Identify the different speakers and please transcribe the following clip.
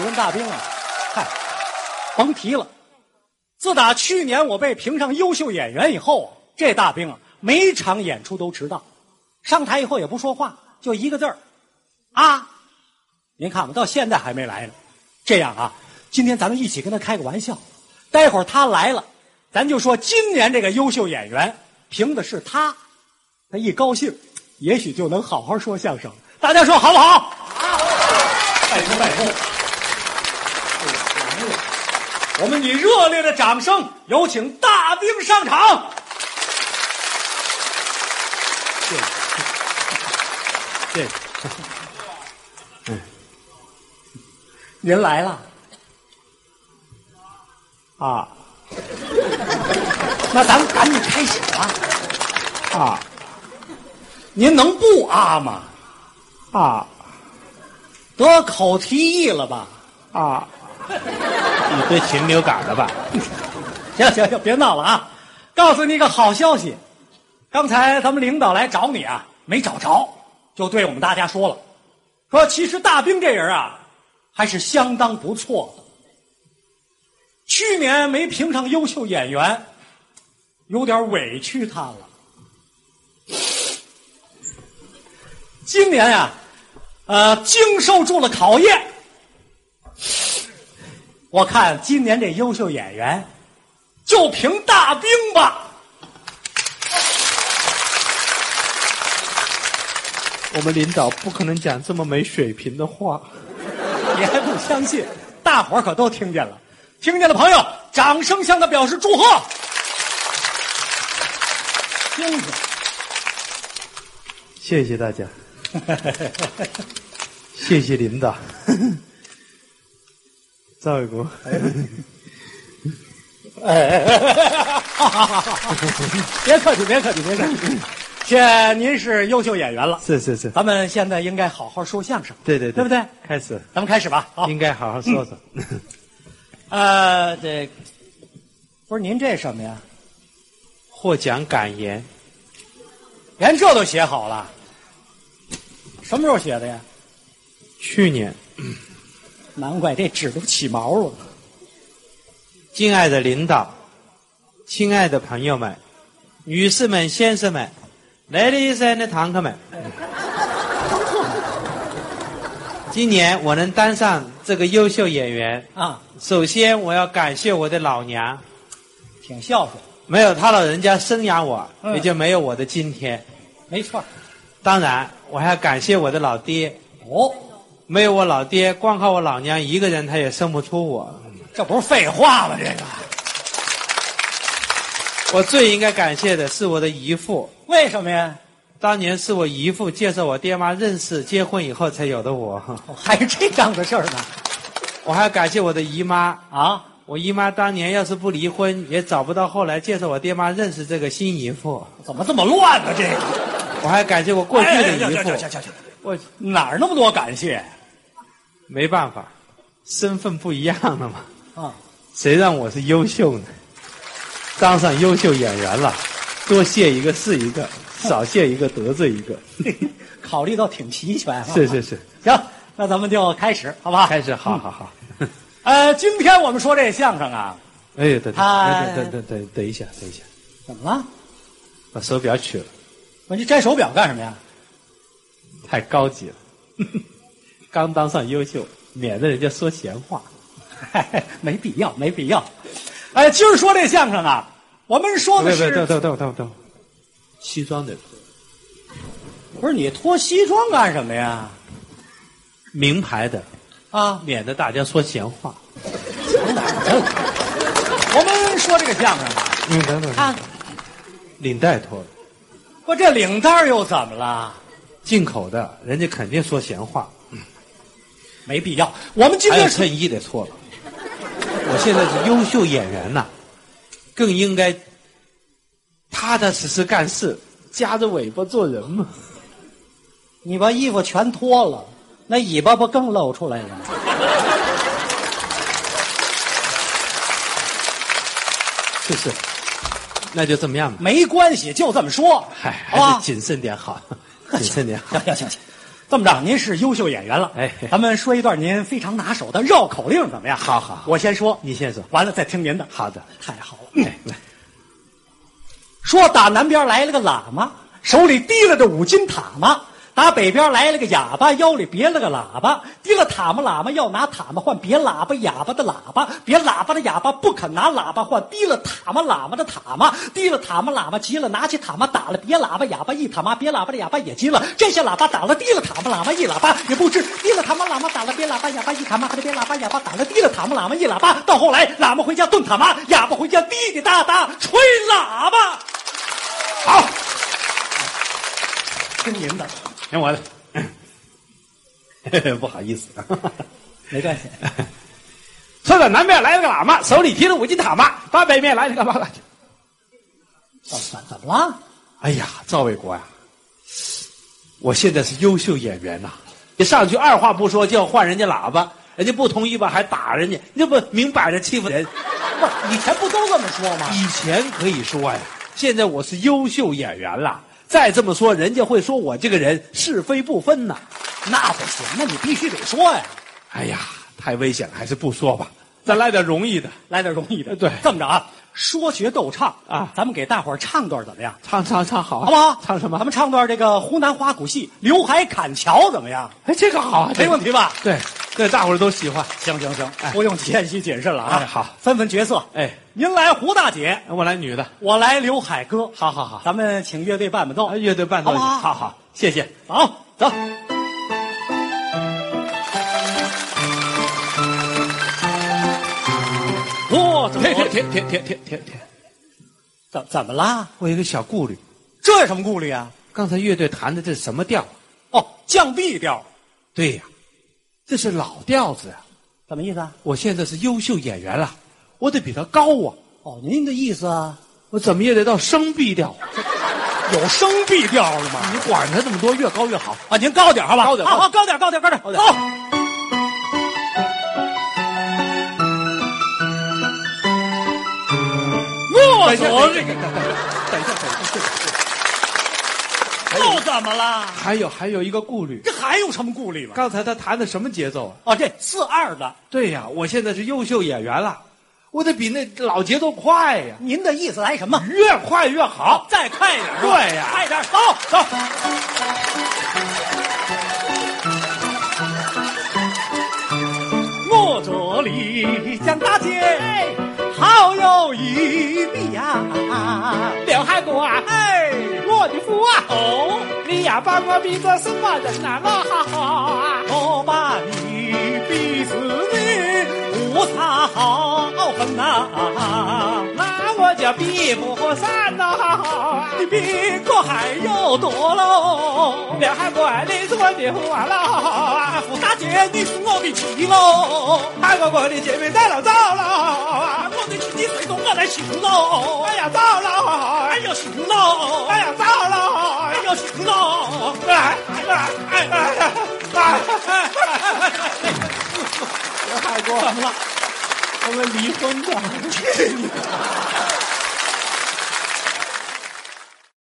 Speaker 1: 五任大兵啊，嗨，甭提了。自打去年我被评上优秀演员以后，这大兵啊，每场演出都迟到，上台以后也不说话，就一个字儿，啊。您看吧，到现在还没来呢。这样啊，今天咱们一起跟他开个玩笑，待会儿他来了，咱就说今年这个优秀演员评的是他，他一高兴，也许就能好好说相声了。大家说好不好？拜托拜托。我们以热烈的掌声有请大兵上场。谢谢，谢谢。嗯您来了啊，那咱们赶紧开始吧。啊，您能不啊吗？啊，得口蹄疫了吧？啊。
Speaker 2: 你得禽流感了吧？
Speaker 1: 行行行，别闹了啊！告诉你一个好消息，刚才咱们领导来找你啊，没找着，就对我们大家说了，说其实大兵这人啊，还是相当不错的。去年没评上优秀演员，有点委屈他了。今年呀、呃，经受住了考验，我看今年这优秀演员，就凭大兵吧。
Speaker 2: 我们领导不可能讲这么没水平的话。
Speaker 1: 你还不相信？大伙儿可都听见了，听见的朋友，掌声向他表示祝贺。听听，
Speaker 2: 谢谢 大家，谢谢领导。 赵卫国，
Speaker 1: 别客气，别客气，别客气。这您是优秀演员了，
Speaker 2: 是是是，
Speaker 1: 咱们现在应该好好说相声。
Speaker 2: 对对
Speaker 1: 对不对？
Speaker 2: 开始，
Speaker 1: 咱们开始吧。好，
Speaker 2: 应该好好嗯说说。
Speaker 1: 呃，这不是您这什么呀？
Speaker 2: 获奖感言，
Speaker 1: 连这都写好了，什么时候写的呀？
Speaker 2: 去年，
Speaker 1: 难怪这纸都起毛了。
Speaker 2: 敬爱的领导，亲爱的朋友们，女士们、先生们，ladies and 堂客们， 今年我能当上这个优秀演员，
Speaker 1: 啊，
Speaker 2: 首先我要感谢我的老娘。
Speaker 1: 挺孝顺，
Speaker 2: 没有他老人家生养我，
Speaker 1: 嗯
Speaker 2: 也就没有我的今天。
Speaker 1: 没错儿。
Speaker 2: 当然，我还要感谢我的老爹，
Speaker 1: 哦，
Speaker 2: 没有我老爹，光靠我老娘一个人，他也生不出我。
Speaker 1: 这不是废话吗？这个
Speaker 2: 我最应该感谢的是我的姨父，
Speaker 1: 为什么呀？
Speaker 2: 当年是我姨父介绍我爹妈认识，结婚以后才有的我。
Speaker 1: 哦还有这样的事儿呢？
Speaker 2: 我还要感谢我的姨妈，
Speaker 1: 啊，
Speaker 2: 我姨妈当年要是不离婚，也找不到后来介绍我爹妈认识这个新姨父。
Speaker 1: 怎么这么乱呢？这个
Speaker 2: 我还感谢我过去
Speaker 1: 哎
Speaker 2: 的
Speaker 1: 行
Speaker 2: 姨
Speaker 1: 行
Speaker 2: 父，
Speaker 1: 行行行行
Speaker 2: 我
Speaker 1: 哪儿那么多感谢
Speaker 2: 没办法，身份不一样了嘛。
Speaker 1: 啊？
Speaker 2: 谁让我是优秀呢？当上优秀演员了，多谢一个是一个，少谢一个得罪一个。
Speaker 1: 考虑到挺齐全、啊。
Speaker 2: 是是是，
Speaker 1: 行，那咱们就开始，好吧？
Speaker 2: 开始好好好。
Speaker 1: 呃，今天我们说这相声啊，
Speaker 2: 哎呦，等
Speaker 1: 哎
Speaker 2: 等等等等等一下，等一下，
Speaker 1: 怎么了？
Speaker 2: 把手表取了，
Speaker 1: 我这摘手表干什么呀？
Speaker 2: 太高级了。 刚当上优秀，免得人家说闲话。
Speaker 1: 没必要，没必要。哎，今儿说这相声啊，我们说的
Speaker 2: 对对对
Speaker 1: 是
Speaker 2: 对对对对，西装的
Speaker 1: 不是你脱西装干什么呀？
Speaker 2: 名牌的，
Speaker 1: 啊，
Speaker 2: 免得大家说闲话。
Speaker 1: 我们说这个相声啊，
Speaker 2: 嗯，等等，
Speaker 1: 看
Speaker 2: 领带脱了，
Speaker 1: 我这领带儿又怎么了？
Speaker 2: 进口的，人家肯定说闲话。
Speaker 1: 没必要。我们今
Speaker 2: 还有
Speaker 1: 天是
Speaker 2: 衬衣得错了。我现在是优秀演员呐、更应该踏踏实实干事，夹着尾巴做人嘛。
Speaker 1: 你把衣服全脱了，那尾巴不更露出来了吗？
Speaker 2: 是不是？那就这么样吧。哎
Speaker 1: 没关系，就这么说，
Speaker 2: 嗨，
Speaker 1: 好吧
Speaker 2: 还是谨慎点好，谨慎点好。
Speaker 1: 哎行行行行行，这么着，啊您是优秀演员了，
Speaker 2: 哎
Speaker 1: 咱们说一段您非常拿手的绕口令怎么样？
Speaker 2: 好好好
Speaker 1: 我先说，
Speaker 2: 你先说
Speaker 1: 完了再听您的。嗯
Speaker 2: 好的，
Speaker 1: 太好了。说打南边来了个喇嘛，手里提了着五斤塔嘛；打北边来了个哑巴，腰里别了个喇叭，提了塔嘛喇嘛要拿塔嘛换别喇叭哑巴的喇叭，别喇叭的哑巴不肯拿喇叭换，提了塔嘛喇嘛的塔嘛，提了塔嘛喇嘛急了，拿起塔嘛打了别喇叭哑巴一塔嘛，别喇叭的哑巴也急了，这下喇叭打了提了塔嘛喇嘛一喇叭也不知，提了塔嘛喇嘛打了别喇叭哑巴一塔嘛，还得别喇叭哑巴打了提了塔嘛喇嘛一喇叭，到后来喇嘛回家炖塔嘛，哑巴回家滴滴答答吹喇叭。好，听您的，
Speaker 2: 听我的， 不好意思。
Speaker 1: 没关系。
Speaker 2: 说到南边来了个喇嘛，手里提着五斤塔嘛；到北面来了个喇嘛。
Speaker 1: 怎么怎么了？
Speaker 2: 哎呀，赵卫国呀、我现在是优秀演员呐、一上去二话不说就要换人家喇叭，人家不同意吧还打人家，那不明摆着欺负人。
Speaker 1: 不是，以前不都这么说吗？
Speaker 2: 以前可以说呀，现在我是优秀演员了，再这么说人家会说我这个人是非不分呐。
Speaker 1: 那不行，那你必须得说呀，
Speaker 2: 哎呀，太危险了，还是不说吧，咱来点容易的。
Speaker 1: 来点容易的。
Speaker 2: 呃对
Speaker 1: 这么着啊，说学逗唱
Speaker 2: 啊
Speaker 1: 咱们给大伙儿唱段怎么样？
Speaker 2: 唱唱唱好啊，
Speaker 1: 好不好？
Speaker 2: 唱什么
Speaker 1: 咱？们唱段这个湖南花鼓戏《刘海砍樵》怎么样？
Speaker 2: 哎，这个好啊，
Speaker 1: 没问题吧？
Speaker 2: 对，对，大伙儿都喜欢。
Speaker 1: 行行行
Speaker 2: 哎
Speaker 1: 不用谦虚谨慎了啊。
Speaker 2: 哎好，
Speaker 1: 分分角色。
Speaker 2: 哎，
Speaker 1: 您来胡大姐，
Speaker 2: 我来女的，
Speaker 1: 我来刘海哥。
Speaker 2: 好好好，
Speaker 1: 咱们请乐队伴伴奏
Speaker 2: 哎。乐队伴奏一下，
Speaker 1: 好不好
Speaker 2: 好，谢谢。
Speaker 1: 好，
Speaker 2: 走。
Speaker 1: 嚯，哦怎么
Speaker 2: 停停停停停停停停！
Speaker 1: 怎怎么啦？
Speaker 2: 我有一个小顾虑，
Speaker 1: 这有什么顾虑啊？
Speaker 2: 刚才乐队弹的这是什么调？
Speaker 1: 哦，降 B 调，
Speaker 2: 对呀、这是老调子呀、
Speaker 1: 什么意思啊？
Speaker 2: 我现在是优秀演员了，我得比他高啊，
Speaker 1: 哦，您的意思啊，
Speaker 2: 我怎么也得到升 B 调。
Speaker 1: 有升 B 调了吗？
Speaker 2: 你管他那么多，越高越好。
Speaker 1: 啊，您高点儿好吧？
Speaker 2: 高点儿
Speaker 1: 好好高点儿，高点儿，高点儿，
Speaker 2: 高点儿
Speaker 1: 好。莫
Speaker 2: 等一下
Speaker 1: 总，
Speaker 2: 等一下，等一下，等一下。
Speaker 1: 又怎么了？
Speaker 2: 还有还有一个顾虑，
Speaker 1: 这还有什么顾虑吗？
Speaker 2: 刚才他弹的什么节奏啊？
Speaker 1: 哦，这四二的，
Speaker 2: 对呀、我现在是优秀演员了，我得比那老节奏快呀、
Speaker 1: 您的意思来什么？
Speaker 2: 越快越好。
Speaker 1: 再快点儿啊！
Speaker 2: 对呀
Speaker 1: 快点儿，走走。我这里江大姐，好有一比呀、
Speaker 2: 刘海国啊，
Speaker 1: 哎，
Speaker 2: 我的夫啊，
Speaker 1: 哦，
Speaker 2: 你呀把我比作什么人呐、我哈哈啊！
Speaker 1: 我把你比子女无差好分呐、
Speaker 2: 那我就比不上喽。
Speaker 1: 你比过还要多喽。
Speaker 2: 刘海国，你是我的夫啊喽。
Speaker 1: 傅大姐，你是我的妻喽。
Speaker 2: 韩国国的姐妹在老走喽，
Speaker 1: 我的亲戚随从我来行喽，
Speaker 2: 哎呀走喽
Speaker 1: 哎，呀行喽，
Speaker 2: 哎呀走喽
Speaker 1: 哎，呀行喽，
Speaker 2: 哎哎哎哎哎！刘海国，
Speaker 1: 么了？
Speaker 2: 我们离婚吧。